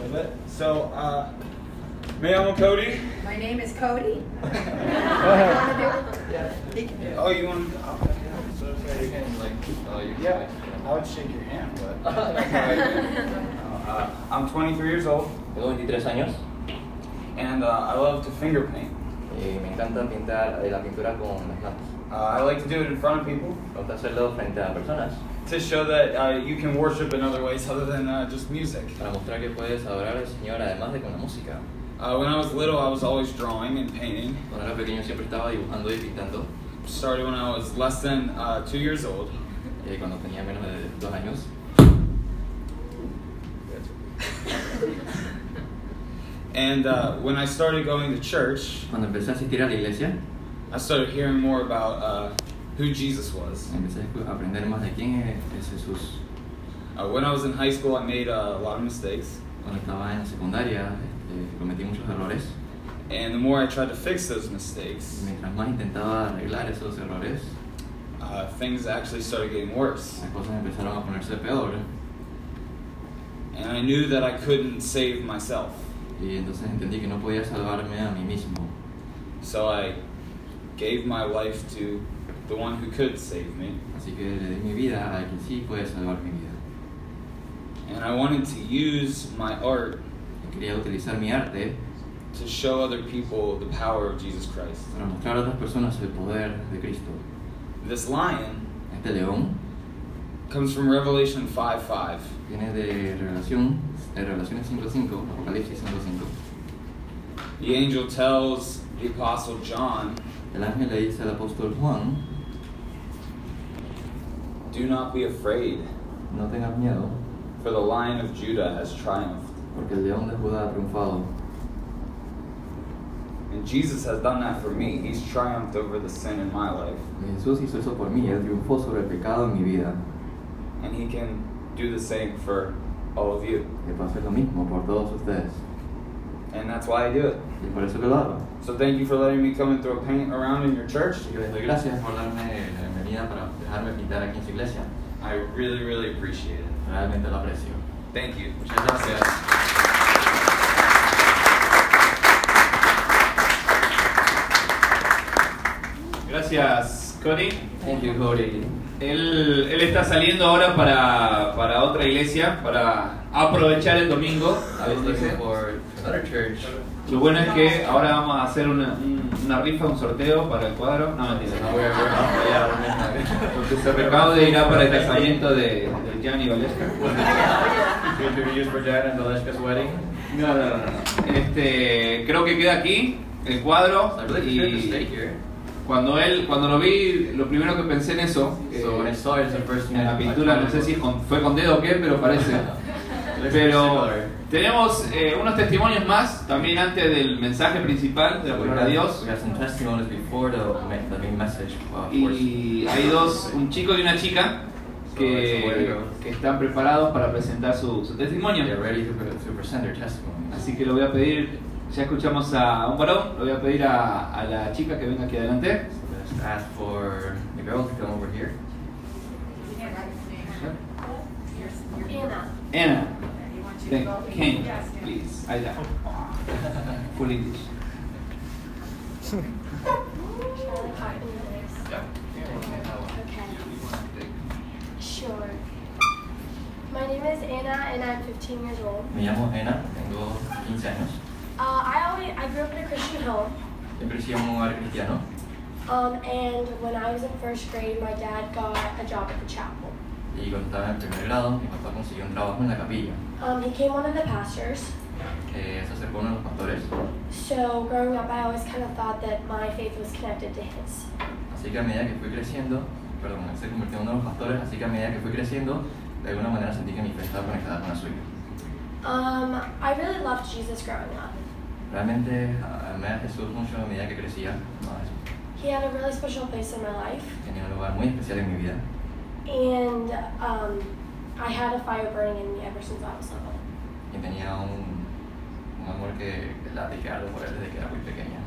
lit. So, uh, ma'am, I'm Cody. My name is Cody. Oh, you want? So if you can, like, uh, you can, Yeah, like, I would shake your hand, but. Uh, I'm 23 years old, Tengo 23 años and uh, I love to finger paint. y me encanta pintar eh, la pintura con las manos. Uh, I like to do it in front of people Me gusta hacerlo frente a personas to show that uh, you can worship in other ways other than uh, just music. para mostrar que puedes adorar al Señor además de con la música. Uh, when I was little, I was always drawing and painting. Cuando era pequeño siempre estaba dibujando y pintando. Started when I was less than uh, two years old. eh, cuando tenía menos de dos años. And uh, when I started going to church, Cuando empecé a asistir a la iglesia, I started hearing more about uh, who Jesus was. empecé a escu- a aprender más de quién es- es Jesús. Uh, when I was in high school, I made uh, a lot of mistakes. Cuando estaba en la secundaria este, cometí muchos errores. And the more I tried to fix those mistakes, Y mientras más intentaba arreglar esos errores, uh, things actually started getting worse. las cosas empezaron a ponerse peor. And I knew that I couldn't save myself. Y entonces entendí que no podía salvarme a mí mismo. So I gave my life to the one who could save me. Así que le di mi vida a quien sí puede salvar mi vida. And I wanted to use my art Yo Quería utilizar mi arte to show other people the power of Jesus Christ. para mostrar a otras personas el poder de Cristo. This lion Este león comes from Revelation 5 5. viene de Revelación, de Revelaciones 5.5, Apocalipsis 5.5. The angel tells the apostle John, El ángel le dice al apóstol Juan, Do not be afraid, no tengas miedo, for the lion of Judah has triumphed. porque el león de Judá ha triunfado. And Jesus has done that for me. He's triumphed over the sin in my life. Y Jesús hizo eso por mí, Él triunfó sobre el pecado en mi vida. And he can do the same for all of you. Y va a hacer lo mismo por todos ustedes. And that's why I do it. Y por eso que lo hago. So thank you for letting me come and throw paint around in your church. Así que les doy gracias por darme la bienvenida para dejarme pintar aquí en su iglesia. I really, really appreciate it. Realmente lo aprecio. Thank you. Muchas gracias. Gracias, Cody. Thank you, Jorge. Él, él está saliendo ahora para, para otra iglesia, para aprovechar el domingo. I was looking for another church. Lo bueno es que ahora vamos a hacer una, un- una rifa, un sorteo para el cuadro. No, mentira, no voy a Porque se recaudo irá para el casamiento de, de Gianni Valesca. Going to be used for Jan and Valeshka's wedding. No, no, no, no. Este, creo que queda aquí el cuadro. I really should have stayed Y here. cuando él, cuando lo vi, lo primero que pensé en eso, So when I eh, saw it, it's the first thing en la I- pintura, no sé si con- fue con dedo o qué, pero parece. Looks Pero similar. tenemos eh, unos testimonios más, también antes del mensaje principal de la We palabra had, de Dios. we had some testimonies before the, ma- the main message. uh, Well, of course. Y hay dos, un chico y una chica, que, que están preparados para presentar su, su testimonio. They're ready to, pre- to present their testimonies. Así que lo voy a pedir, ya escuchamos a un varón, lo voy a pedir a, a la chica que venga aquí adelante. So let's ask for the girl to come over here. Anna. Anna, thank Thank Kane, please. Ahí está. Full English. Okay. Sure. My name is Anna, and I'm 15 years old. Me llamo Ena, tengo 15 años. Uh, I always I grew up in a Christian home, Siempre he sido un hogar cristiano. um, and when I was in first grade, my dad got a job at the chapel. Y cuando estaba en primer grado, mi papá consiguió un trabajo en la capilla. Um, he came one of the pastors, Eh, se acercó uno de los pastores. so growing up, I always kind of thought that my faith was connected to his. Así que a medida que fui creciendo, perdón, él se convirtió en uno de los pastores, así que a medida que fui creciendo, de alguna manera sentí que mi fe estaba conectada con la suya. Um, I really loved Jesus growing up. Realmente a- amé a Jesús mucho a medida que crecía. No, Jesús He had a really special place in my life, tenía un lugar muy especial en mi vida. and um, I had a fire burning in me ever since I was little. Y tenía un, un amor que que la que algo por él desde que era muy pequeña.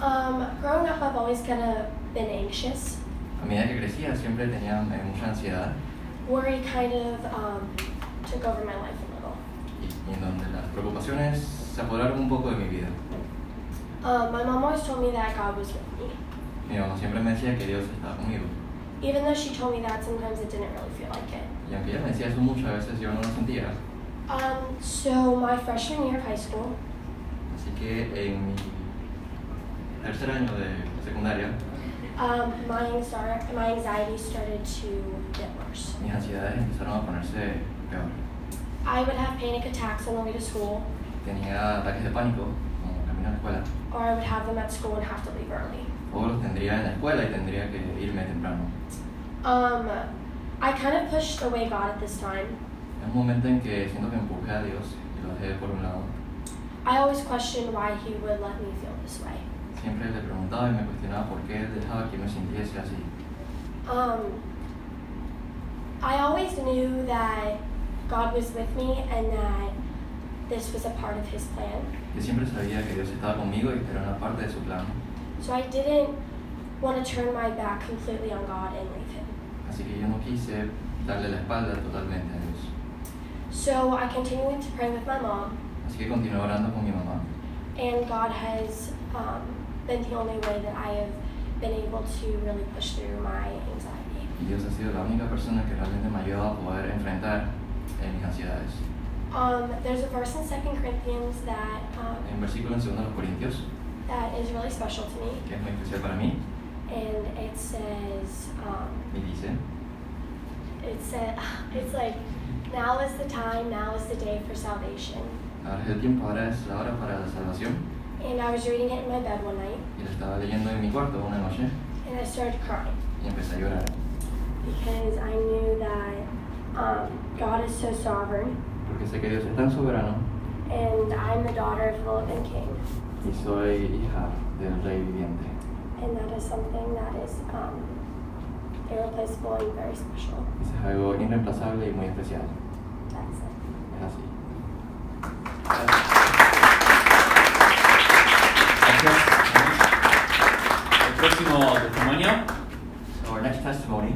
Um, growing up, I've always kind of been anxious. A medida que crecía siempre tenía eh, mucha ansiedad Worry kind of um, took over my life a little. y, y en donde las preocupaciones se apoderaron un poco de mi vida. Um, my mom always told me that God was with me. Mi mamá siempre me decía que Dios estaba conmigo. Even though she told me that, sometimes it didn't really feel like it. Y aunque ella me decía eso mucho, a veces yo no lo sentía. Um, so my freshman year of high school, Así que en mi tercer año de secundaria, um, my, anxi- my anxiety started to get worse. mis ansiedades empezaron a ponerse peor. I would have panic attacks on the way to school, Tenía ataques de pánico, como camino a la escuela. or I would have them at school and have to leave early. O los tendría en la escuela y tendría que irme temprano. Um, I kind of pushed away God at this time. Es un momento en que siento que empujé a Dios y lo dejé por un lado. I always questioned why He would let me feel this way. Siempre le preguntaba y me cuestionaba por qué dejaba que me sintiese así. Um, I always knew that God was with me and that this was a part of His plan. Yo siempre sabía que Dios estaba conmigo y que era una parte de su plan. So I didn't want to turn my back completely on God and leave Him. Así que yo no quise darle la espalda totalmente a Dios. So I continued to pray with my mom, Así que continué orando con mi mamá. and God has um, been the only way that I have been able to really push through my anxiety. Y Dios ha sido la única persona que realmente me ha ayudado a poder enfrentar eh, mis ansiedades. Um, there's a verse in 2 Corinthians that Hay un um, versículo en 2 de los Corintios that is really special to me, que es muy especial para mí and it says. Um, y dice, It said, it's like, now is the time, now is the day for salvation. ahora es el tiempo, ahora es la hora para la salvación. And I was reading it in my bed one night, Y la estaba leyendo en mi cuarto una noche and I started crying y empecé a llorar. because I knew that um, God is so sovereign, Porque sé que Dios es tan soberano and I'm the daughter of the living King, y soy hija del Rey viviente. and that is something that is um, irreplaceable and very special. Eso es algo irreemplazable y muy especial. That's it. Es así. Gracias. El próximo testimonio. Our next testimony.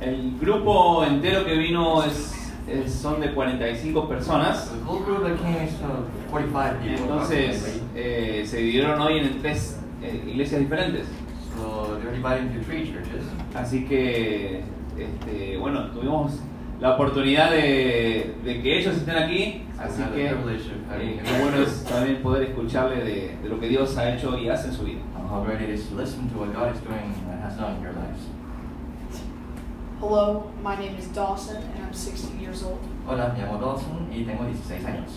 El grupo entero que vino es, es- son de 45 personas. The whole group that came is uh, 45 people. Entonces eh, se dividieron hoy en tres eh, iglesias diferentes. So they're divided into three churches. Así que, este, bueno, tuvimos la oportunidad de, de que ellos estén aquí. Así que, eh, qué bueno es también poder escucharle de, de lo que Dios ha hecho y hace en su vida. And How great it is to listen to what God is doing and has done in your lives. Hello, my name is Dawson and I'm 16 years old. Hola, me llamo Dawson y tengo 16 años.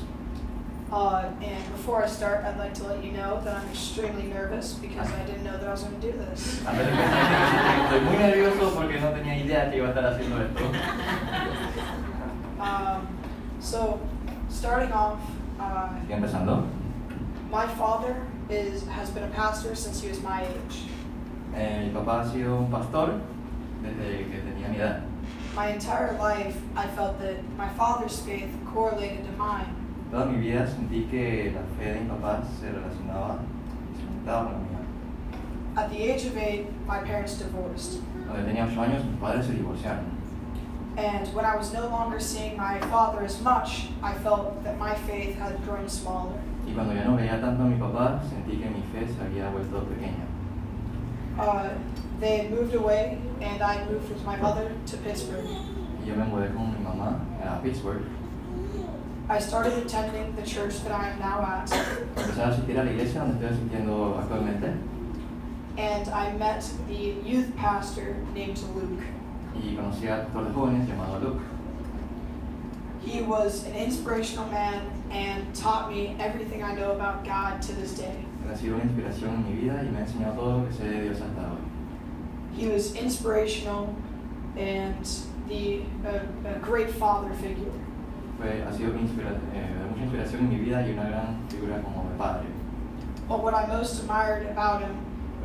Uh, and before I start, I'd like to let you know that I'm extremely nervous because I didn't know that I was going to do this. Antes de que- Estoy muy nervioso porque no tenía idea que iba a estar haciendo esto. Um, so, starting off, uh, Estoy empezando. my father is has been a pastor since he was my age. Eh, Mi papá ha sido un pastor desde que tenía mi edad. My entire life, I felt that my father's faith correlated to mine. Toda mi vida sentí que la fe de mi papá se relacionaba se conectaba con la mía. At the age of eight, my parents divorced, Cuando yo tenía 8 años, mis padres se divorciaron. and when I was no longer seeing my father as much, I felt that my faith had grown smaller. Y cuando yo no veía tanto a mi papá, sentí que mi fe se había vuelto pequeña. Uh, they had moved away, and I moved with my mother to Pittsburgh. Y yo me mudé con mi mamá a Pittsburgh. I started attending the church that I am now at, Empecé a asistir a la iglesia donde estoy asistiendo actualmente. and I met the youth pastor named Luke. Y conocí al pastor de jóvenes llamado Luke. He was an inspirational man and taught me everything I know about God to this day. Él ha sido una inspiración en mi vida y me ha enseñado todo lo que sé de Dios hasta hoy. He was inspirational and the a, a great father figure. Fue, ha sido inspira- eh, de mucha inspiración en mi vida y una gran figura como de padre. But what I most admired about him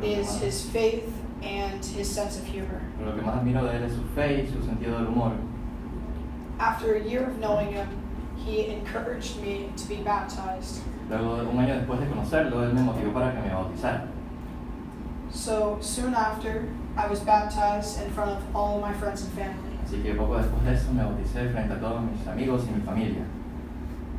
is his faith and his sense of humor. Pero lo que más admiro de él es su fe y su sentido del humor. After a year of knowing him, he encouraged me to be baptized. Luego, un año después de conocerlo, él me motivó para que me bautizara. So soon after, I was baptized in front of all of my friends and family. Así Así que poco después de eso me bauticé frente a todos mis amigos y mi familia.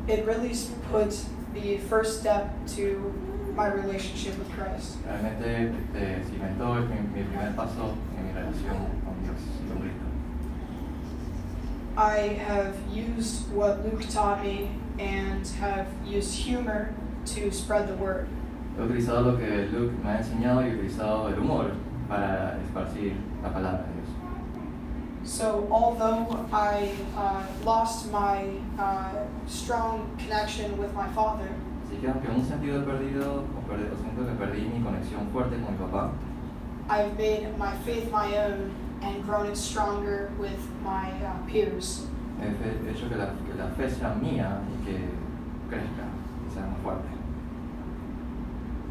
It really put the first step to my relationship with Christ. Realmente este, cimentó mi, mi primer paso en mi relación con Dios y con Cristo. I have used what Luke taught me and have used humor to spread the word. He utilizado lo que Luke me ha enseñado y he utilizado el humor para esparcir la palabra de Dios. So, although I uh, lost my uh, strong connection with my father, Así que aunque en un sentido he perdido, o, perdi- o siento que perdí mi conexión fuerte con mi papá, I've made my faith my own and grown it stronger with my uh, peers. he fe- he hecho que la, que la fe sea mía y que crezca, que sea más fuerte.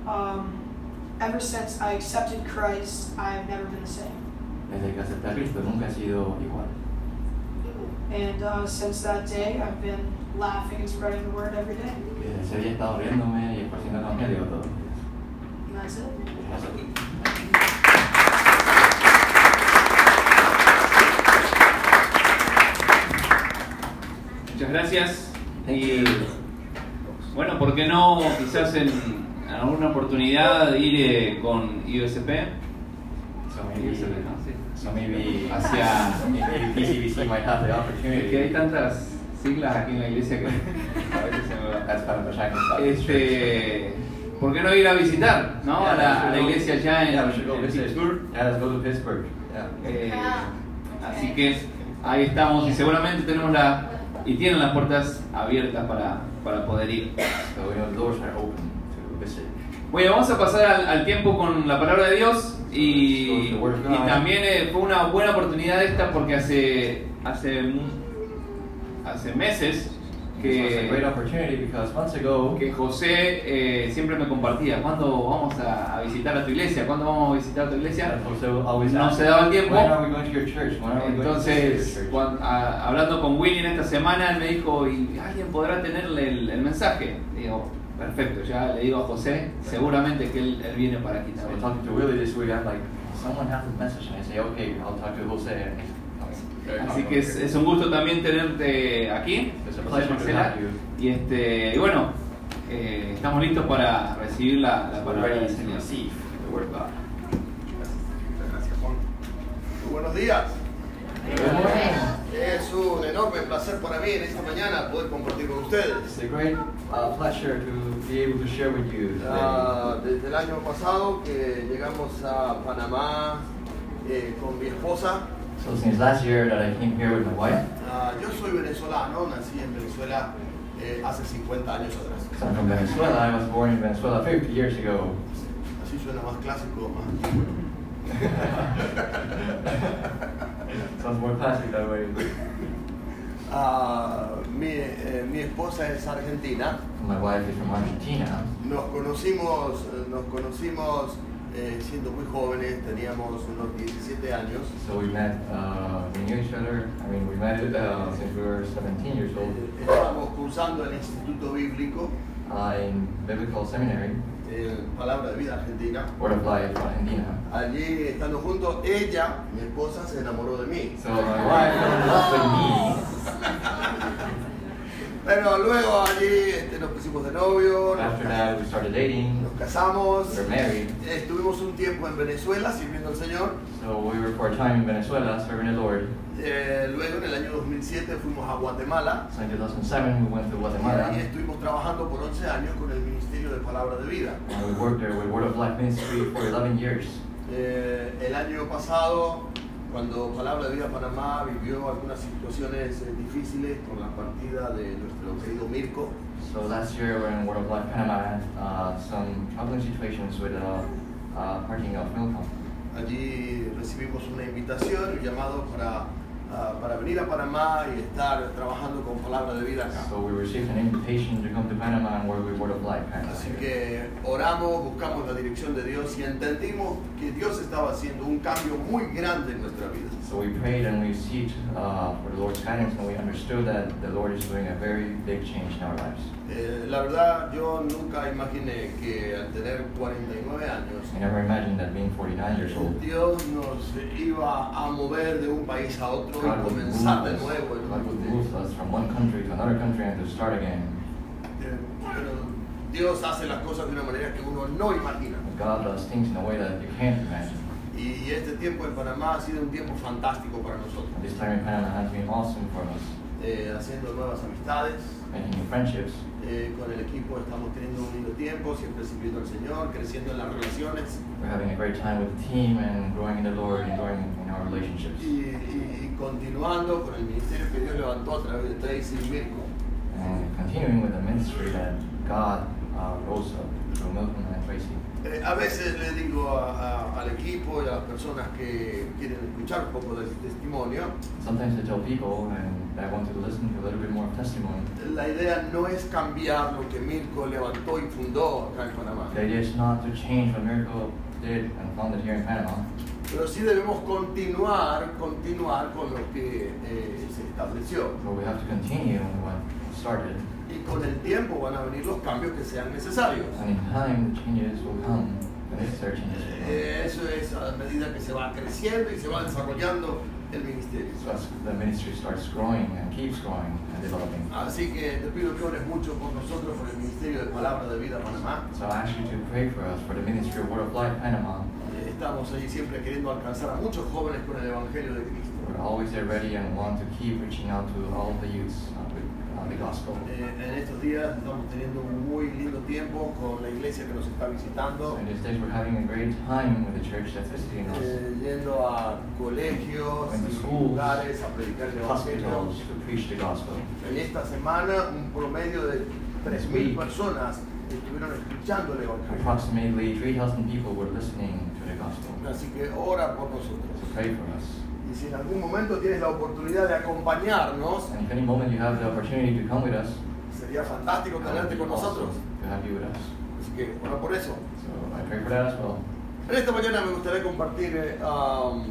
Um, ever since I accepted Christ, I've never been the same. Desde que acepté a Cristo nunca he sido igual. And uh, since that day, I've been laughing and spreading the word every day. Y Desde ese día he estado riéndome y esparciendo el evangelio todos los días. And that's it. Eso. Muchas gracias. Thank Y you. bueno, ¿por qué no quizás en alguna oportunidad ir eh, con IOSP? So IOSP, maybe, ¿no? Sí. so maybe hacia PCBC might have the Es que hay opportunity. tantas siglas aquí en la iglesia que a veces se me va. That's part of the Shackle Stop. Este, ¿Por qué no ir a visitar ¿no? a, la, a la iglesia allá en, Yeah, we should go en visit. Pittsburgh? Yeah, let's go to Ah, Pittsburgh. Yeah. Eh, así que ahí estamos y seguramente tenemos la y tienen las puertas abiertas para, para poder ir. So you know, the doors are open to visit. Bueno, vamos a pasar al, al tiempo con la palabra de Dios y, y también eh, fue una buena oportunidad esta porque hace hace mu- hace meses This was a great que, opportunity because months ago que José eh, siempre me compartía cuándo vamos a, a visitar a tu iglesia, cuándo vamos a visitar a tu iglesia. José always No asked, se daba el tiempo. When are we going to your church? When are we going to your Entonces, church? cuan- a- hablando con Willy en esta semana, él me dijo, ¿y alguien podrá tenerle el, el mensaje? Digo, perfecto, ya le digo a José, seguramente que él, él viene para aquí So I también. was talking to Willie this week. I'm like, someone has the message, and I say, okay, I'll talk to José. And Así que es, es un gusto también tenerte aquí, It's a José pleasure to Marcela. have you. Y, este, y bueno, eh, estamos listos para recibir la, la We're palabra ready del to Señor. receive the word of God. Gracias, Juan. Muy buenos días. Good morning. Es un enorme placer para mí en esta mañana poder compartir con ustedes. It's a great uh, pleasure to be able to share with you. today. Ah, desde el año pasado que llegamos a Panamá eh, con mi esposa. So since last year that I came here with my wife, Ah, yo soy venezolano, nací en Venezuela eh, hace 50 años atrás. 'cause I'm from Venezuela. I was born in Venezuela 50 years ago. Así suena más clásico, más antiguo. Sounds more classic that way. Ah, mi, eh, mi esposa es argentina. My wife is from Argentina. Nos conocimos, eh, nos conocimos eh, siendo muy jóvenes, teníamos unos 17 años. So we met, uh, we knew each other. I mean, we met uh, since we were 17 years old Eh, Estábamos cursando el Instituto Bíblico, uh, in biblical seminary, eh, Palabra de Vida Argentina. Word of Life uh, Argentina. Allí estando juntos, ella, mi esposa, se enamoró de mí. So my wife fell in love with me. Pero luego allí este, nos pusimos de novio, nos, After that, we started dating. nos casamos. We're married. Estuvimos un tiempo en Venezuela sirviendo al Señor. So we were for a time in Venezuela serving the Lord. Eh, luego en el año 2007 fuimos a Guatemala. So in 2007, we went to Y ahí Guatemala. estuvimos trabajando por 11 años con el Ministerio de Palabra de Vida. And we worked there with Word of Life Ministry for 11 years. Eh, el año pasado, cuando Palabra de Vida Panamá vivió algunas situaciones eh, difíciles con la partida de nuestro querido Mirko, So last year, when Word of Life Panama had uh, some troubling situations with uh, uh, parking of Milcom. allí recibimos una invitación, un llamado para, ah, para venir a Panamá y estar trabajando con Palabra de Vida acá. So we received an invitation to come to Panama and work with Word of Life Panama. Así que oramos, buscamos la dirección de Dios y entendimos que Dios estaba haciendo un cambio muy grande en nuestra vida. So we prayed and we seeked uh, for the Lord's guidance, and we understood that the Lord is doing a very big change in our lives. Eh, la verdad, yo nunca imaginé que al tener 49 años, I never imagined that being 49 years old, Dios nos iba a mover de un país a otro, y God would move comenzar de us. nuevo en God algo would de- move us from one country to another country and to start again. Eh, Pero Dios hace las cosas de una manera que uno no imagina. But God does things in a way that you can't imagine. Y este tiempo en Panamá ha sido un tiempo fantástico para nosotros, And this time in Panama has been awesome for us, Eh, haciendo nuevas amistades. making new friendships. eh, con el equipo estamos teniendo un lindo tiempo, siempre sirviendo al Señor, creciendo en las relaciones We're having a great time with the team and growing in the Lord and growing in our relationships. y, y- y continuando con el ministerio que Dios levantó a través de Tracy y Mirko. And continuing with the ministry that God uh, rose up through Milton and Tracy. Eh, a veces le digo a- a- al equipo y a las personas que quieren escuchar un poco de su testimonio, Sometimes I tell people and I want to listen to a little bit more of testimony. la idea no es cambiar lo que Mirko levantó y fundó acá en Panamá, The idea is not to change what Miracle did and founded here in Panama, pero sí debemos continuar, continuar con lo que eh, se estableció. but we have to continue what started. Y con el tiempo van a venir los cambios que sean necesarios. And in time, the changes will come. The necessary changes will come. Eh, Eso es a medida que se va creciendo y se va desarrollando el ministerio. So as the ministry starts growing and keeps growing and developing. Así que te pido que ores mucho por nosotros, por el Ministerio de Palabra de Vida Panamá. So I ask you to pray for us for the ministry of Word of Life Panama. Eh, Estamos ahí siempre queriendo alcanzar a muchos jóvenes con el Evangelio de Cristo. We're always there ready and want to keep reaching out to all the youths uh, with uh, the gospel. Eh, en estos días estamos teniendo un muy lindo tiempo con la iglesia que nos está So visitando, in these days, we're having a great time with the church that's visiting us, eh, yendo a colegios, En y schools, lugares a predicar el the Evangelio. hospitals, to preach the gospel. En esta semana un promedio de 3.000 personas estuvieron escuchando el Evangelio. Approximately 3,000 people were listening to the gospel. Así que ora por So nosotros. pray for us. Y si en algún momento tienes la oportunidad de acompañarnos, And if any moment you have the opportunity to come with us, sería fantástico that would tenerte be con nosotros. awesome to have you with us. Así que ora por eso. So I pray for that as well. En esta mañana me gustaría compartir eh, um,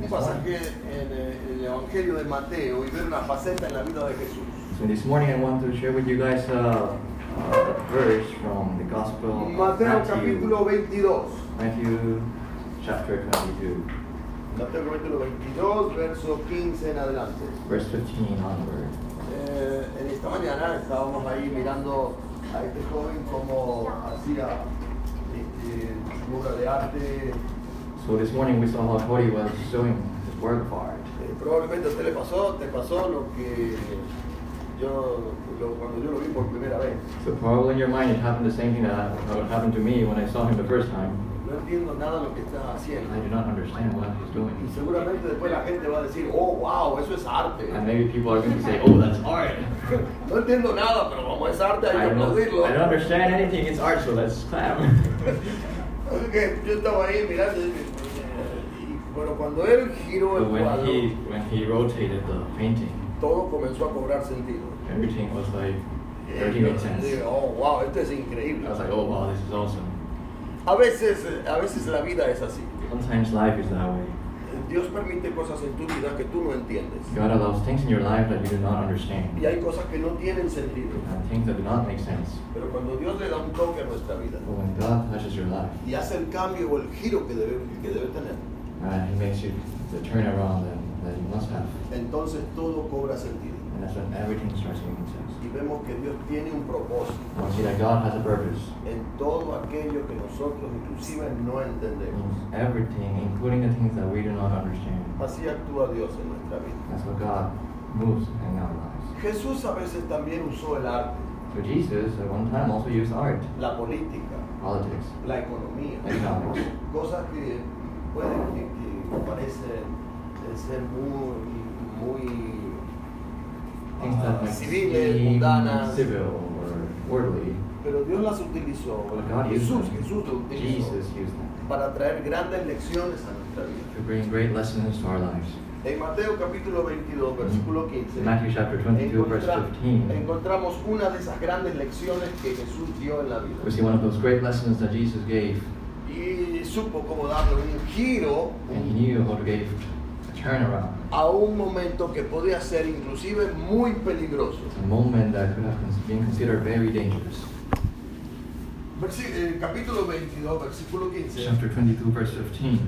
un pasaje en eh, en el Evangelio de Mateo y ver una faceta en la vida de Jesús. So this morning, I want to share with you guys uh, uh, a verse from the gospel of Mateo Matthew, capítulo 22. Matthew chapter 22. Mateo capítulo 22, verso 15 en adelante. verse 15 onward. Eh, en esta mañana estábamos ahí mirando a este joven como hacía este, su obra de arte. So this morning we saw how Cody was doing his work of art. Eh, probablemente a usted le pasó, te pasó lo que yo lo- cuando yo lo vi por primera vez. So probably in your mind it happened the same thing that, that happened to me when I saw him the first time. No entiendo nada de lo que estás I do haciendo. not understand what he's Y doing. seguramente después la gente va a decir, oh wow, eso es arte. And Ah, maybe people are going to say, oh, that's art. No entiendo nada, pero como es arte hay I que don't, aplaudirlo. I don't understand anything, it's art, so let's clap. Así que yo estaba ahí mirando y, "Eh, y, bueno, cuando él giró el but when cuadro, he, when he rotated the painting, todo comenzó a cobrar sentido. everything was like, Eh, everything yo made dije, sense. oh, wow, esto es increíble. I was like, oh wow, this is awesome. A veces, eh, a veces la vida es así. Sometimes life is that way. Dios permite cosas en tu vida que tú no entiendes. God allows things in your life that you do not understand. Y hay cosas que no tienen sentido. and things that do not make sense. Pero cuando Dios le da un toque a nuestra vida But when God touches your life, y hace el cambio o el giro que debe, que debe tener, uh, He makes you the turnaround that, that you must have. entonces todo cobra sentido. And that's when everything starts making sense. Y vemos que Dios tiene un propósito You see that God has a purpose en todo aquello que nosotros inclusive no entendemos. in everything, including the things that we do not understand. Así actúa Dios en nuestra vida. That's what God moves in our lives. Jesús a veces también usó el arte, So Jesus at one time also used art, la política, politics, la economía, economics. cosas que pueden que, que parecen eh, ser muy muy Things ah, that might civiles, seem mundanas, civil or worldly. pero Dios las utilizó. But God used Jesús, them. Jesús lo utilizó Jesus used them para traer grandes lecciones a nuestra vida. to bring great lessons to our lives. En Mateo capítulo 22, versículo 15. Matthew chapter 22, verse encontra- 15. encontramos una de esas grandes lecciones que Jesús dio en la vida. We see one of those great lessons that Jesus gave, y supo cómo darle un giro and he knew how to give a turnaround. a un momento que podía ser inclusive muy peligroso. It's a moment that could have cons- been considered very dangerous. Versi- eh, capítulo 22, versículo 15, Chapter 22, verse 15.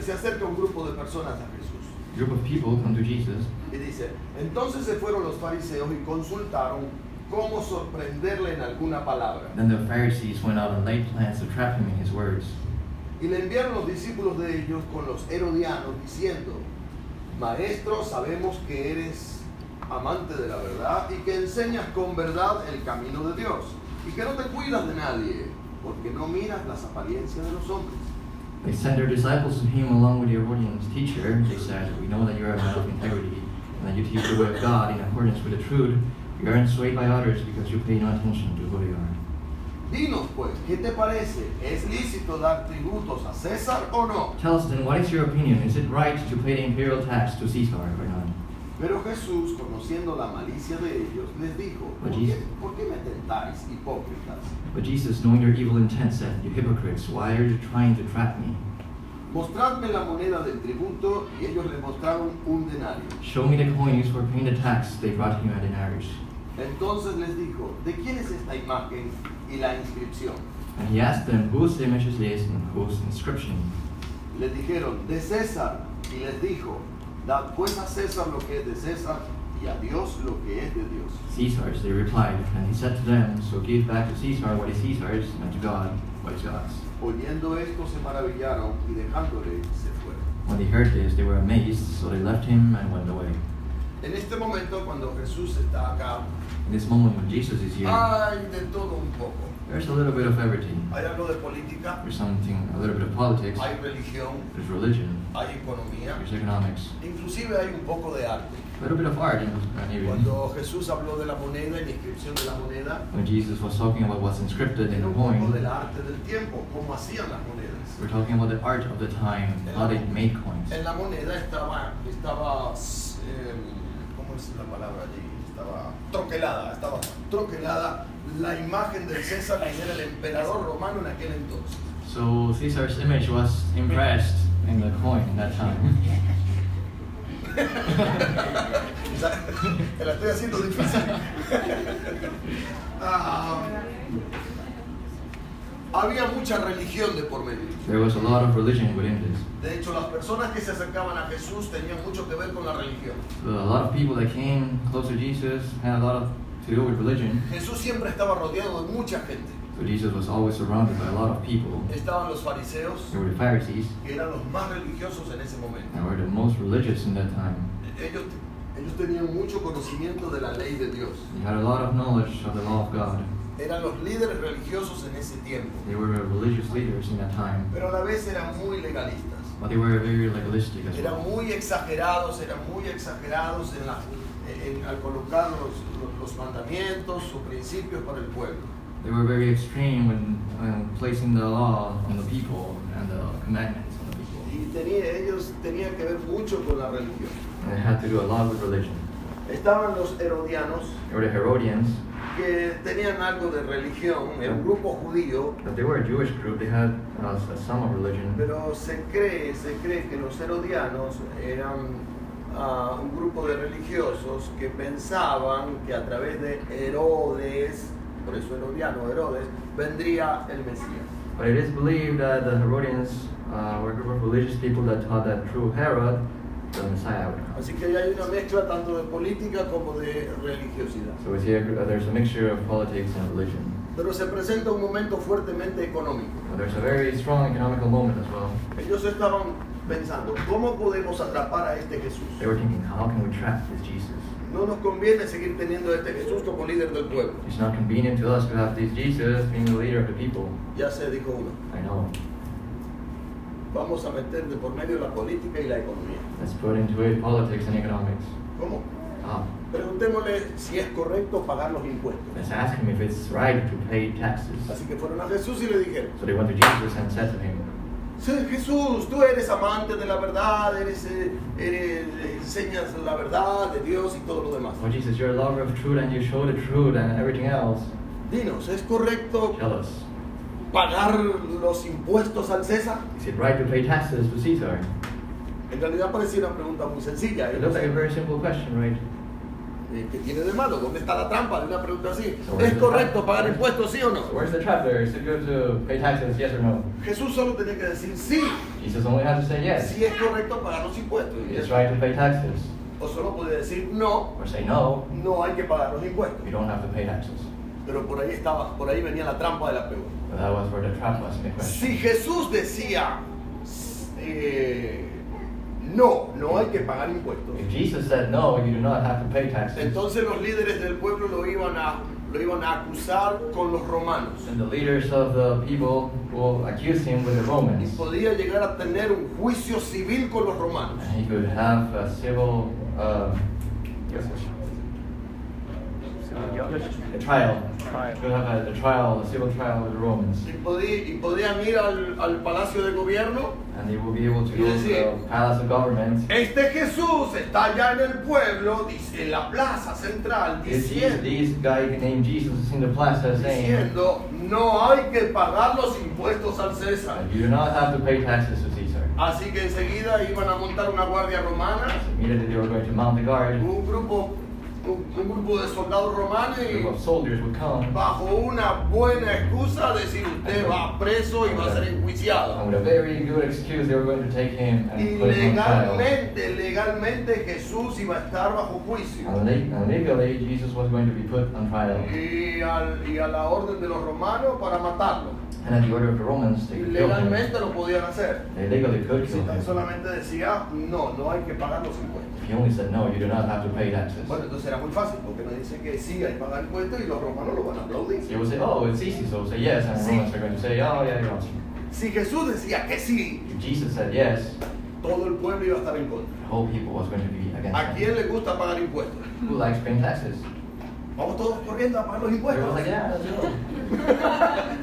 se acerca un grupo de personas a Jesús. group of people come to Jesus Y dice, entonces se fueron los fariseos y consultaron cómo sorprenderle en alguna palabra. Then the Pharisees went out and laid plans to trap him in his words. Y le enviaron los discípulos de ellos con los herodianos diciendo, Maestro, sabemos que eres amante de la verdad y que enseñas con verdad el camino de Dios y que no te cuidas de nadie porque no miras las apariencias de los hombres. They sent their disciples to him along with the Herodians. Teacher, they said, we know that you are a man of integrity and that you teach the word of God in accordance with the truth. You aren't swayed by others because you pay no attention to who they are. Dinos pues, ¿qué te parece? ¿Es lícito dar tributos a César o no? Tell us then, what is your opinion? Is it right to pay the imperial tax to Caesar or not? Pero Jesús, conociendo la malicia de ellos, les dijo, ¿por qué, por qué me tentáis, hipócritas? But Jesus, knowing their evil intent, said, You hypocrites, why are you trying to trap me? Mostradme la moneda del tributo y ellos le mostraron un denario. Show me the coin used for paying the tax. They brought him a denarius. Entonces les dijo, ¿de quién es esta imagen y la inscripción? And he asked them, Whose image is this and whose inscription? Les dijeron, de César. Y les dijo, dad pues a César lo que es de César y a Dios lo que es de Dios. Caesar's, they replied. And he said to them, So give back to Caesar what is Caesar's, and to God what is God's. Oyendo esto se maravillaron y dejándole se fueron. When they heard this, they were amazed, so they left him and went away. En este momento cuando Jesús está acá, In this moment when Jesus is here, hay de todo un poco. there's a little bit of everything. Hay algo de política, There's something, a little bit of politics, hay religión, there's religion, hay economía, there's economics, inclusive hay un poco de arte. a little bit of art, and and even. Cuando Jesús habló de la moneda y la inscripción de la moneda, When Jesus was talking about what's inscripted in era the un poco coin, del arte del tiempo, cómo hacían las monedas. we're talking about the art of the time, how they made coins. En la moneda estaba, estaba, eh, ¿cómo es la palabra allí? Estaba troquelada, estaba troquelada la imagen del César, que era el emperador romano en aquel entonces. So Caesar's image was impressed in the coin in that time. O sea, Te la estoy haciendo difícil. Ah, había mucha religión de por medio. There was a lot of religion within this. De hecho, las personas que se acercaban a Jesús tenían mucho que ver con la religión. So a lot of people that came close to Jesus had a lot of, to do with religion. Jesús siempre estaba rodeado de mucha gente. So Jesus was always surrounded by a lot of people. Estaban los fariseos, There were the Pharisees, que eran los más religiosos en ese momento. that were the most religious in that time. Ellos, ellos tenían mucho conocimiento de la ley de Dios. They had a lot of knowledge of the law of God. Eran los líderes religiosos en ese tiempo, They were religious leaders in that time, pero a la vez eran muy legalistas. but they were very legalistic as Eran well. muy exagerados, eran muy exagerados en la- en- al colocar los, los- los mandamientos o principios para el pueblo. They were very extreme when um, placing the law on the people and the commandments on the people. Y tenía, ellos tenían que ver mucho con la religión. And it had to do a lot with religion. Estaban los herodianos, They were the Herodians, que tenían algo de religión, era un grupo judío, but they were a Jewish group. They had uh, some of religion. pero se cree, se cree que los herodianos eran ah, un grupo de religiosos que pensaban que a través de Herodes, por eso herodiano, Herodes, vendría el Mesías. But it is believed that the Herodians uh, were a group of religious people that taught that through Herod, the Messiah would come. Así que ahí hay una mezcla tanto de política como de religiosidad. So we see a, gr- uh, there's a mixture of politics and religion. Pero se presenta un momento fuertemente económico. But there's a very strong economical moment as well. Ellos estaban pensando, ¿cómo podemos atrapar a este Jesús? They were thinking, how can we trap this Jesus? No nos conviene seguir teniendo a este Jesús como líder del pueblo. It's not convenient to us to have this Jesus being the leader of the people. Ya se dijo uno. I know. Vamos a meter de por medio la política y la economía. Let's put into it politics and economics. ¿Cómo? Ah, Preguntémosle si es correcto pagar los impuestos. let's ask him if it's right to pay taxes. Así que fueron a Jesús y le dijeron, So they went to Jesus and said to him, "Sí, Jesús, tú eres amante de la verdad, eres, eh, eres- enseñas la verdad de Dios y todo lo demás. Oh Jesus, you're a lover of truth and you show the truth and everything else. Dinos, ¿es correcto Tell us, pagar los impuestos al César? is it right to pay taxes to Caesar? En realidad parecía una pregunta muy sencilla. It ¿eh? looks like a very simple question, right? eh, ¿qué tiene de malo? ¿Dónde está la trampa de una pregunta así? Sobre ¿Es el- correcto pagar impuestos, sí o no? So where's the trap there? Is it good to pay taxes, yes or no? Jesús solo tenía que decir sí, Jesus only has to say yes. si es correcto pagar los impuestos. It's right to pay taxes. O solo podía decir no, Or say no, no hay que pagar los impuestos. you don't have to pay taxes. Pero por ahí estaba, por ahí venía la trampa de la pregunta. But that was where the trap was in the question. Si Jesús decía eh, no, no hay que pagar impuestos, If Jesus said no, you do not have to pay taxes, entonces los líderes del pueblo lo iban a, lo iban a acusar con los romanos. then the leaders of the people will accuse him with the Y Romans. podía llegar a tener un juicio civil con los romanos. And he could have a civil, uh, a trial. He could have a, a trial, a civil trial with the Romans. Y, podí- y podían ir al, al palacio de gobierno. And they will be able to go to the palace of government. Este Jesús está allá en el pueblo, dice, en la plaza central, This, diciendo, this guy named Jesus is in the plaza saying diciendo, no hay que pagar los impuestos al César. that "Uh, you do not have to pay taxes to Caesar. Así que enseguida iban a montar una guardia romana, Immediately they were going to mount the guard. A un grupo, un, un grupo de soldados romanos group of y soldiers would come. bajo una buena excusa decir usted va preso y va a ser And enjuiciado. with a very good excuse, they were going to take him Y and put him on trial. legalmente, legalmente Jesús iba a estar bajo juicio. And le- and legally, Jesus was going to be put on trial. Y, al- y a la orden de los romanos para matarlo. And at the order of the Romans, they Y could kill him. legalmente lo podían hacer. They legally could Si kill tan him. solamente decía, no, no hay que pagar los impuestos. If he only said, no, you do not have to pay taxes. Bueno, entonces era muy fácil, porque me dice que sí, hay que pagar impuestos y los romanos lo van a aplaudir. They would say, oh, it's easy. So say yes. And the Sí. Romans are going to say, oh, yeah, you're awesome. Si Jesús decía que sí, If Jesus said yes, todo el pueblo iba a estar en contra. the whole people was going to be ¿A against him. quién le gusta pagar impuestos? Who likes paying taxes? Vamos todos corriendo a pagar los They were impuestos. like, yeah, let's go.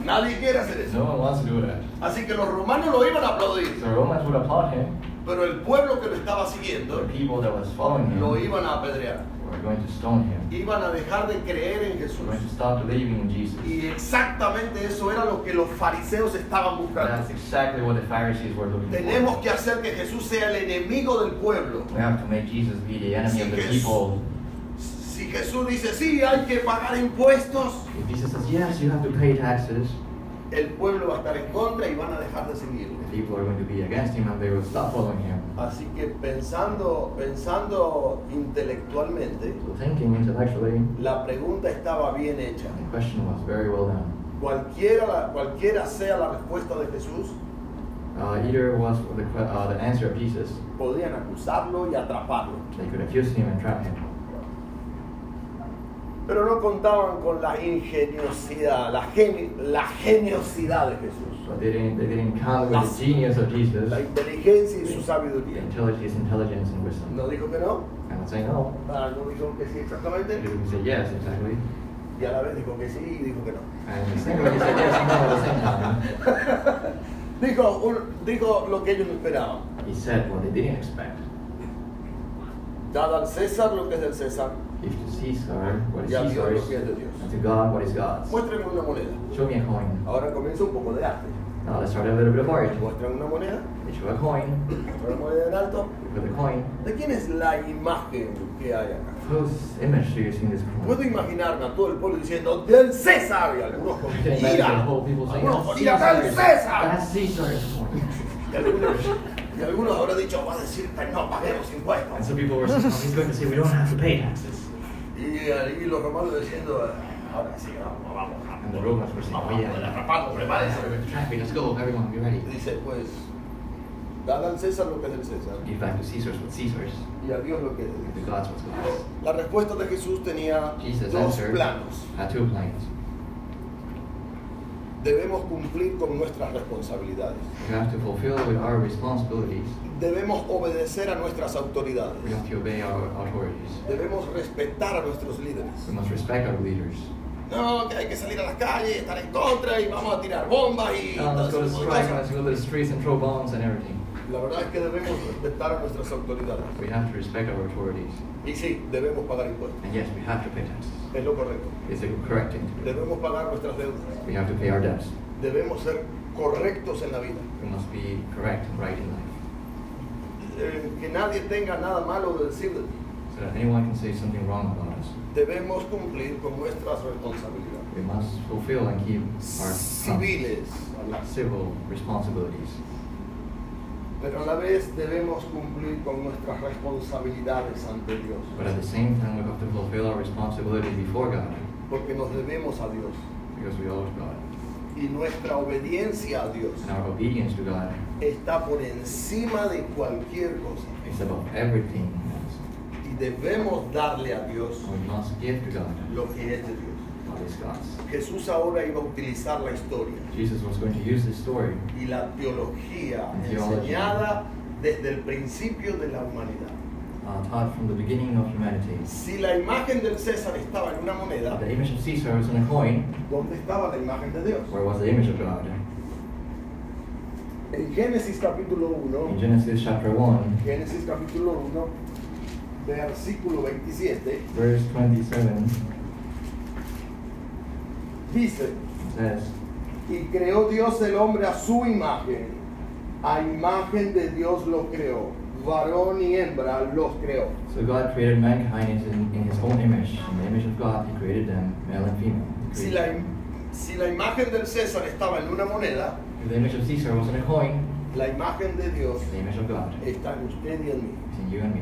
Nadie quiere hacer eso. No one wants to do that. Así que los romanos lo iban a aplaudir, The Romans would applaud him. pero el pueblo que lo estaba The siguiendo people that was following him lo iban a apedrear. were going to stone him. Iban a dejar de creer en They were Jesús. going to stop believing in Jesus. Y exactamente eso era lo que los fariseos estaban buscando. That's exactly what the Pharisees were looking Tenemos for. que hacer que Jesús sea el enemigo del pueblo. We have to make Jesus be the enemy of the people. Si Jesús dice, sí, hay que pagar impuestos, If Jesus says, yes, you have to pay taxes, el pueblo va a estar en contra y van a dejar de seguirlo. the people are going to be against him and they will stop following him. Así que pensando, pensando intelectualmente, So thinking intellectually, la pregunta estaba bien hecha. the question was very well done. Cualquiera, cualquiera sea la respuesta de Jesús, Uh, either was the, que- uh, the answer of Jesus, podían acusarlo y atraparlo. they could accuse him and trap him. Pero no contaban con la ingeniosidad, la, geni- la geniosidad de Jesús. But they didn't, they didn't count with the genius of Jesus, La the inteligencia y su sabiduría. intelligence, his intelligence and wisdom. No dijo que no, I'm not saying no. ah, no dijo que sí You exactamente, can say yes, exactly. y a la vez dijo que sí y dijo que no. And the same way you say yes and no at the same time. Dijo, un- dijo lo que ellos no esperaban. He said what they didn't expect. Dad al César lo que es del César. If to Caesar, what is Y a Dios Pues lo Caesar's, que es de Dios. and to God, what is God's. Muéstrenme una moneda. Show me a coin. Ahora comienza un poco de arte. Now let's start a little bit of art. Muestran una moneda, They show a coin, muestran una moneda en alto. with a coin. ¿De quién es la imagen que hay acá? Whose image do you see in this coin? Puedo imaginarme a todo el pueblo diciendo del César y algunos con You can imagine the ira, whole people saying, algunos "That's con ira del Caesar's. César. That's Caesar's coin. Y algunos, y algunos habrán dicho, va a decir que no paguemos And impuestos. so people were saying, "Oh, he's going to say we don't have to pay taxes. Y, eh, y los romanos diciendo, eh, ahora sí, vamos, vamos, And vamos. the Romans were saying, oh Vamos, vamos, yeah, atrapamos, prepárense. we're going to trap you, let's go, everyone, be ready. Y Dice, pues, dad al César lo que es del César Give back to Caesar's what Caesar's, y a Dios lo que es de and Dios. to God's what's God's. La respuesta de Jesús tenía Jesus dos answered, planos. had two plans. Debemos cumplir con nuestras responsabilidades. We have to fulfill with our responsibilities. Debemos obedecer a nuestras We autoridades. have to obey our authorities. Debemos respetar a nuestros líderes. We must respect our leaders. No, que hay que salir a las calles, estar en contra y vamos a tirar bombas y Uh, todo let's ese go to tipo de strike, cosas. let's go to the streets and throw bombs and everything. La verdad es que debemos respetar a nuestras autoridades. We have to respect our authorities. Y sí, debemos pagar impuestos. And yes, we have to pay taxes. Es lo correcto. It's the correct thing to do. Debemos pagar nuestras deudas. We have to pay our debts. Debemos ser correctos en la vida. We must be correct and right in life. Eh, que nadie tenga nada malo de decir de ti. So that anyone can say something wrong about us. debemos cumplir con nuestras responsabilidades We must fulfill and keep our civiles, um, civil responsibilities, pero a la vez debemos cumplir con nuestras responsabilidades ante Dios, but at the same time, we have to fulfill our responsibility before God porque nos debemos a Dios because we owe it to God. y nuestra obediencia a Dios And our obedience to God está por encima de cualquier cosa is above everything else. y debemos darle a Dios We must give to God lo que es de Dios. what is God's. Jesús ahora iba a utilizar la historia Jesus was going to use this story y la teología Teología. enseñada desde el principio de la humanidad. uh, taught from the beginning of humanity. Si la imagen del César estaba en una moneda, The image of Caesar was on a coin. ¿dónde estaba la imagen de Dios? Where was the image of God? En Génesis capítulo In 1, Genesis chapter 1, Génesis capítulo 1, versículo 27, verse 27, dice, it says, y creó Dios el hombre a su imagen, a imagen de Dios lo creó, varón y hembra los creó. So God created mankind in, in his own image. In the image of God, he created them, male and female. He Si created la, them. im- si la imagen del César estaba en una moneda, If the image of Caesar was on a coin, la imagen de Dios the image of God is está en usted y en mí. in you and me.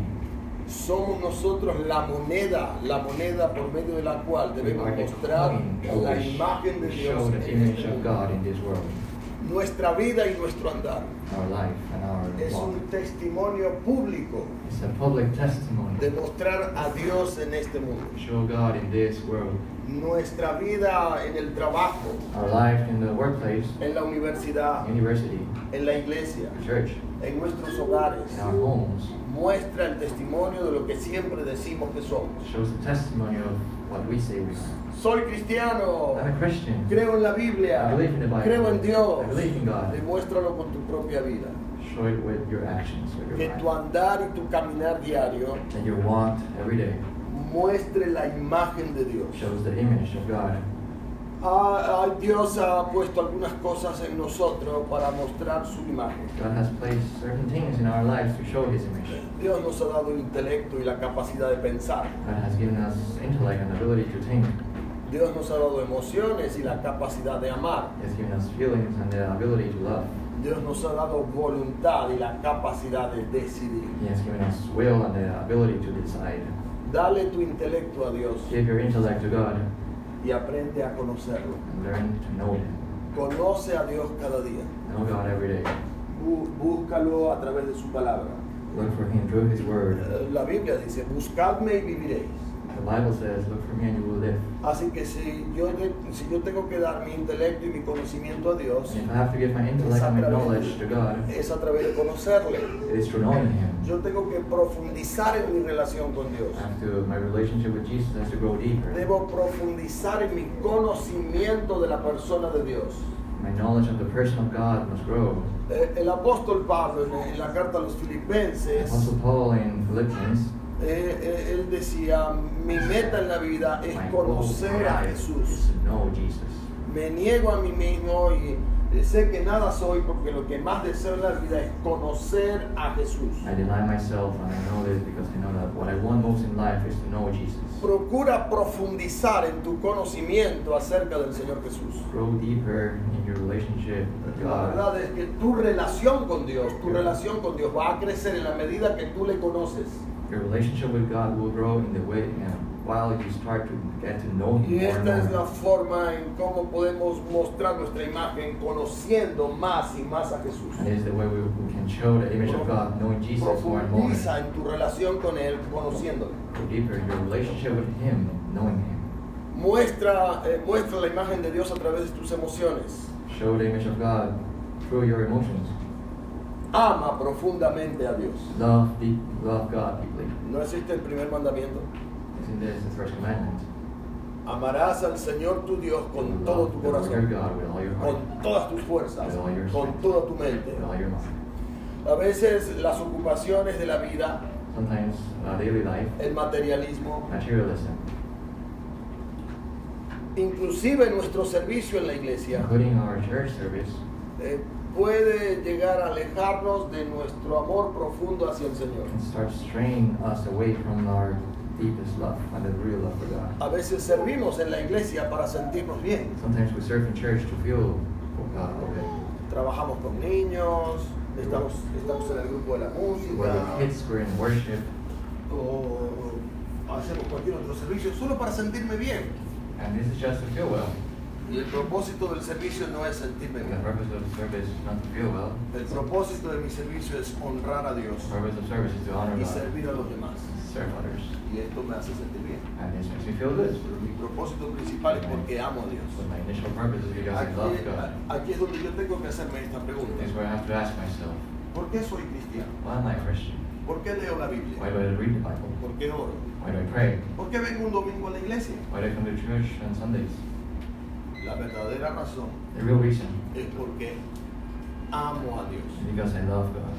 Somos nosotros la moneda, la moneda por medio de la cual We debemos are the mostrar coin through la which imagen de we Dios show the en image este of mundo. God in this world. Nuestra vida y nuestro andar Our life and our es walk. un testimonio público It's a public de testimony. mostrar a Dios en este mundo. Show God in this world. Nuestra vida en el trabajo, Our life in the workplace, en la universidad, university, en la iglesia, church, en nuestros hogares, in our homes muestra el testimonio de lo que siempre decimos que somos. shows the testimony of what we say we are. Soy cristiano, I'm a Christian. creo en la I Biblia, believe in the Bible. creo en Dios. I believe in God. Demuéstralo con tu propia vida. Show it with your actions, with Que your tu life. andar y tu caminar diario That your walk every day muestre la imagen de Dios. shows the image of God. Ah, ah, Dios ha puesto algunas cosas en nosotros para mostrar su imagen. God has placed certain things in our lives to show His image. Dios nos ha dado el intelecto y la capacidad de pensar. God has given us intellect and ability to think. Dios nos ha dado emociones y la capacidad de amar. He has given us feelings and the ability to love. Dios nos ha dado voluntad y la capacidad de decidir. He has given us will and the ability to decide. Dale tu intelecto a Dios Give your intellect to God y aprende a conocerlo. and learn to know Him. Conoce a Dios cada día. Know God every day. Bú- Búscalo a través de su palabra. Look for Him through His Word. Eh, La Biblia dice, buscadme y viviréis. The Bible says, Look for me and you will live. Así que si yo, te- si yo tengo que dar mi intelecto y mi conocimiento a Dios, And if I have to give my intellect and my knowledge to God, es a través de conocerle. it is through knowing Him. Yo tengo que profundizar en mi relación con Dios. I have to, my relationship with Jesus has to grow deeper. Debo profundizar en mi conocimiento de la persona de Dios. My knowledge of the person of God must grow. Eh, El apóstol Pablo en- en la carta a los filipenses Apostle Paul in Philippians Eh, eh, él decía, mi meta en la vida es My goal in conocer a life is Jesús. to know Jesus. Me niego a mí mismo y eh, sé que nada soy porque lo que más deseo en la vida es conocer a Jesús. I deny myself and I know this because I know that what I want most in life is to know Jesus. Procura profundizar en tu conocimiento acerca del Señor Jesús. Grow deeper in your relationship with La God. verdad es que tu relación con Dios, tu relación con Dios va a crecer en la medida que tú le conoces. Your relationship with God will grow in the way and while you start to get to know Him Y more and esta es la more. forma en cómo podemos mostrar nuestra imagen conociendo más y más a Jesús. And this is the way we, we can show the image of God, knowing Jesus more and more. Profundiza en tu relación con Él, conociéndolo. Go deeper in your relationship with Him, knowing Him. Muestra, eh, muestra la imagen de Dios a través de tus emociones. Show the image of God through your emotions. Ama profundamente a Dios. Love deep, love God deeply. No existe el primer mandamiento. It's in this, the first commandment. Amarás al Señor tu Dios con todo tu Love the Lord corazón, your God with all your heart, con todas tus fuerzas, With all your con strength. toda tu mente. with all your mind. A veces las ocupaciones de la vida, Sometimes uh, daily life, el materialismo, materialism, inclusive nuestro servicio en la iglesia, including our church service, eh, puede llegar a alejarnos de nuestro amor profundo hacia el Señor. can start straying us away from our deepest love, and the real love for God. A veces servimos en la iglesia para sentirnos bien. Sometimes we serve in church to feel for God a bit. Trabajamos con niños, estamos, estamos en el grupo de la Where the música kids were in worship, o hacemos cualquier otro servicio solo para sentirme bien. and this is just to feel well. Y el propósito del servicio no es The sentirme bien. purpose of service is not to feel well. El propósito de mi servicio es honrar a Dios The purpose of service is to honor y God, servir a los demás. serve others, Y esto me hace sentir bien. and this makes me feel good. Pero mi propósito principal es porque amo a But Dios. my initial purpose is because I love Aquí, God. a- aquí es donde yo tengo que hacerme esta pregunta. Is where I have to ask myself, ¿Por qué soy cristiano? why am I a Christian? ¿Por qué leo la Why Biblia? do I read the Bible? ¿Por qué oro? Why do I pray? ¿Por qué vengo un domingo a la iglesia? Why do I come to church on Sundays? La verdadera razón The real reason es porque amo a Dios. is because I love God.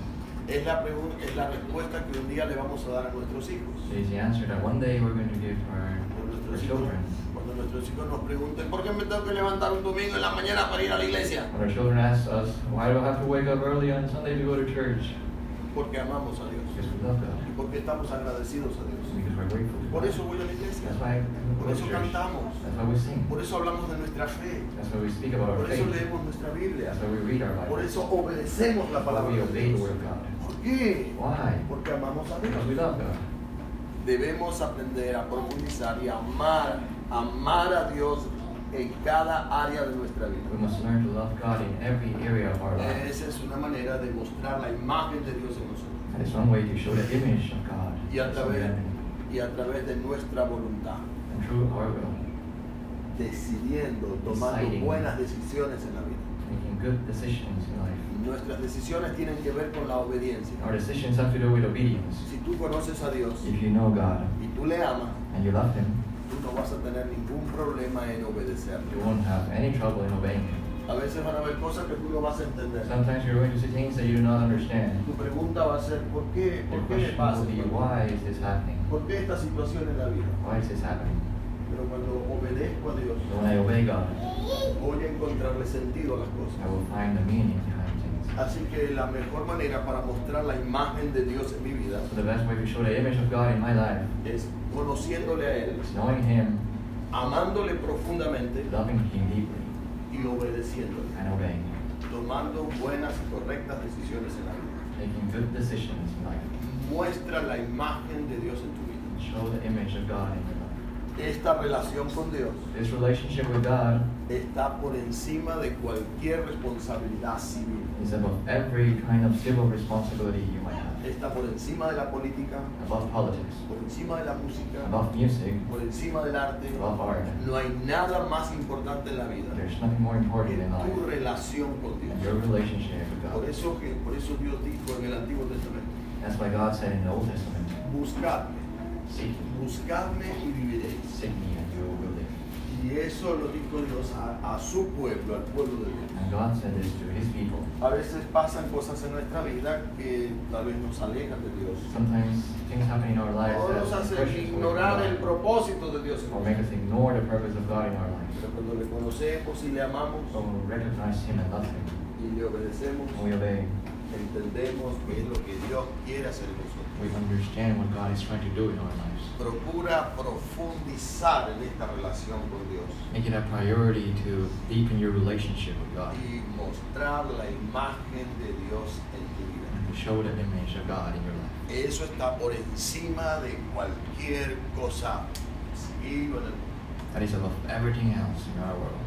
Es la, pregunta, es la respuesta que un día le vamos a dar a nuestros hijos. It is the answer that one day we're going to give our, our Cuando nuestros, hijos, children. cuando nuestros hijos nos pregunten, ¿por qué me tengo que levantar un domingo en la mañana para ir a la iglesia? When our children ask us, why do I have to wake up early on Sunday to go to church? Porque amamos a Dios. Because we love God. Y porque estamos agradecidos a Dios. Because we're grateful to Por God. eso voy a la iglesia. That's why I Por go to eso church. cantamos. That's why we sing. Por eso hablamos de nuestra fe. That's why we speak about our Por eso faith. leemos nuestra Biblia. That's why we read our Por Bible. eso obedecemos la That's why palabra we de obey the Dios. Word of God. ¿Por qué? Why? Porque amamos a Because we Dios. love God. Debemos aprender a profundizar y amar, amar a Dios en cada área de nuestra vida. We must learn to love God in every area of our life. Esa es una manera de mostrar la imagen de Dios en nosotros That is one way to show the image of God. y a That's one través, way. y a través de nuestra voluntad, And through our will, decidiendo, tomando Deciding. buenas decisiones en la vida. making good decisions in life. Nuestras decisiones tienen que ver con la obediencia. Our decisions have to do with obedience. Si tú conoces a Dios If you know God y tú le amas, and you love Him, tú no vas a tener ningún problema en obedecerle. you won't have any trouble in obeying Him. A veces van a haber cosas que tú no vas a entender. Sometimes you're going to see things that you do not understand. Tu pregunta va a ser, ¿por qué? Your ¿Por qué me question will pasa? be, why is this happening? ¿Por qué esta situación en la vida? Why is this happening? Pero cuando obedezco a Dios, But when I obey God, voy a encontrarle sentido a las I cosas. will find the meaning behind things. Así que la mejor manera para mostrar la imagen de Dios en mi vida So the best way to show the image of God in my life es conociéndole a Él, is knowing Him, amándole profundamente loving Him deeply, y obedeciéndole, and obeying Him. tomando buenas y correctas decisiones en la vida. Making good decisions in life. Muestra la imagen de Dios en tu vida. Show the image of God in your life. Esta relación con Dios This relationship with God está por encima de cualquier responsabilidad civil. is above every kind of civil responsibility you might have. Está por encima de la política, Above politics, por encima de la música, above music, por encima del arte. above art. No hay nada más importante en la vida There's nothing more que important in tu life relación con than your Dios. relationship with Por God. eso, que, por eso Dios dijo en el Antiguo Testamento, That's why God said in the Old Testament, buscadme, Seek me, buscadme y viviréis. seek me, and you will live. Y eso lo dijo Dios a, a su pueblo, al pueblo de Dios. And God said this to his people. A veces pasan cosas en nuestra vida que tal vez nos alejan de Dios. Sometimes things happen in our lives O nos that push us hacen away from ignorar el God, propósito de Dios. en or make nosotros. us ignore the purpose of God in our lives. Pero cuando le conocemos y le amamos So we recognize him and love him, y le obedecemos, and we obey. entendemos qué es lo que Dios quiere hacer en nosotros. We understand what God is trying to do in our lives. Procura profundizar en esta relación con Dios Make it a priority to deepen your relationship with God y mostrar la imagen de Dios en tu vida. and to show the image of God in your life. Eso está por encima de cualquier cosa civil o en el mundo. That is above everything else in our world.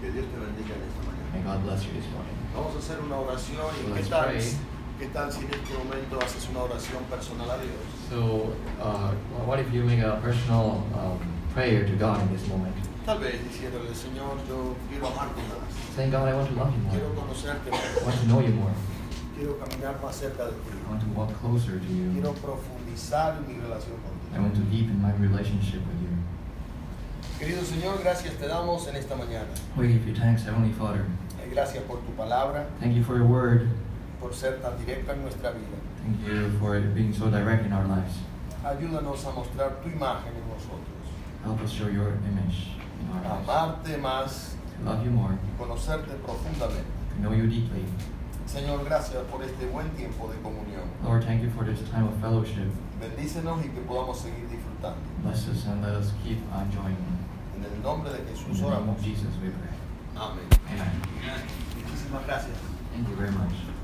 Que Dios te bendiga en esta mañana. May God bless you this morning. Vamos a hacer una oración y So qué let's tal, pray. qué tal si en este momento haces una oración personal a Dios. So, uh, what if you make a personal um, prayer to God in this moment? Tal vez diciéndole, Señor, yo quiero amarte más, Saying, God, I want to love you quiero more. conocerte I want más, to know you more. quiero caminar más cerca I de ti, want to walk closer to quiero you. profundizar en mi relación I contigo. want to deepen my relationship with you. Querido Señor, gracias te damos en esta mañana. We give you thanks, Heavenly Father. Eh, Gracias por tu palabra, Thank you for your word. por ser tan directa en nuestra vida. Thank you for being so direct in our lives. Ayúdanos a mostrar tu imagen en nosotros, Help us show your image in our a lives. amarte más, To love you more, conocerte profundamente. to know you deeply. Señor, gracias por este buen tiempo de comunión. Lord, thank you for this time of fellowship. Bendícenos y que podamos seguir disfrutando. Bless us and let us keep on enjoying. En el nombre de In Jesús the name oramos. of Jesus, we pray. Amén. Amen. Muchísimas gracias. Thank you very much.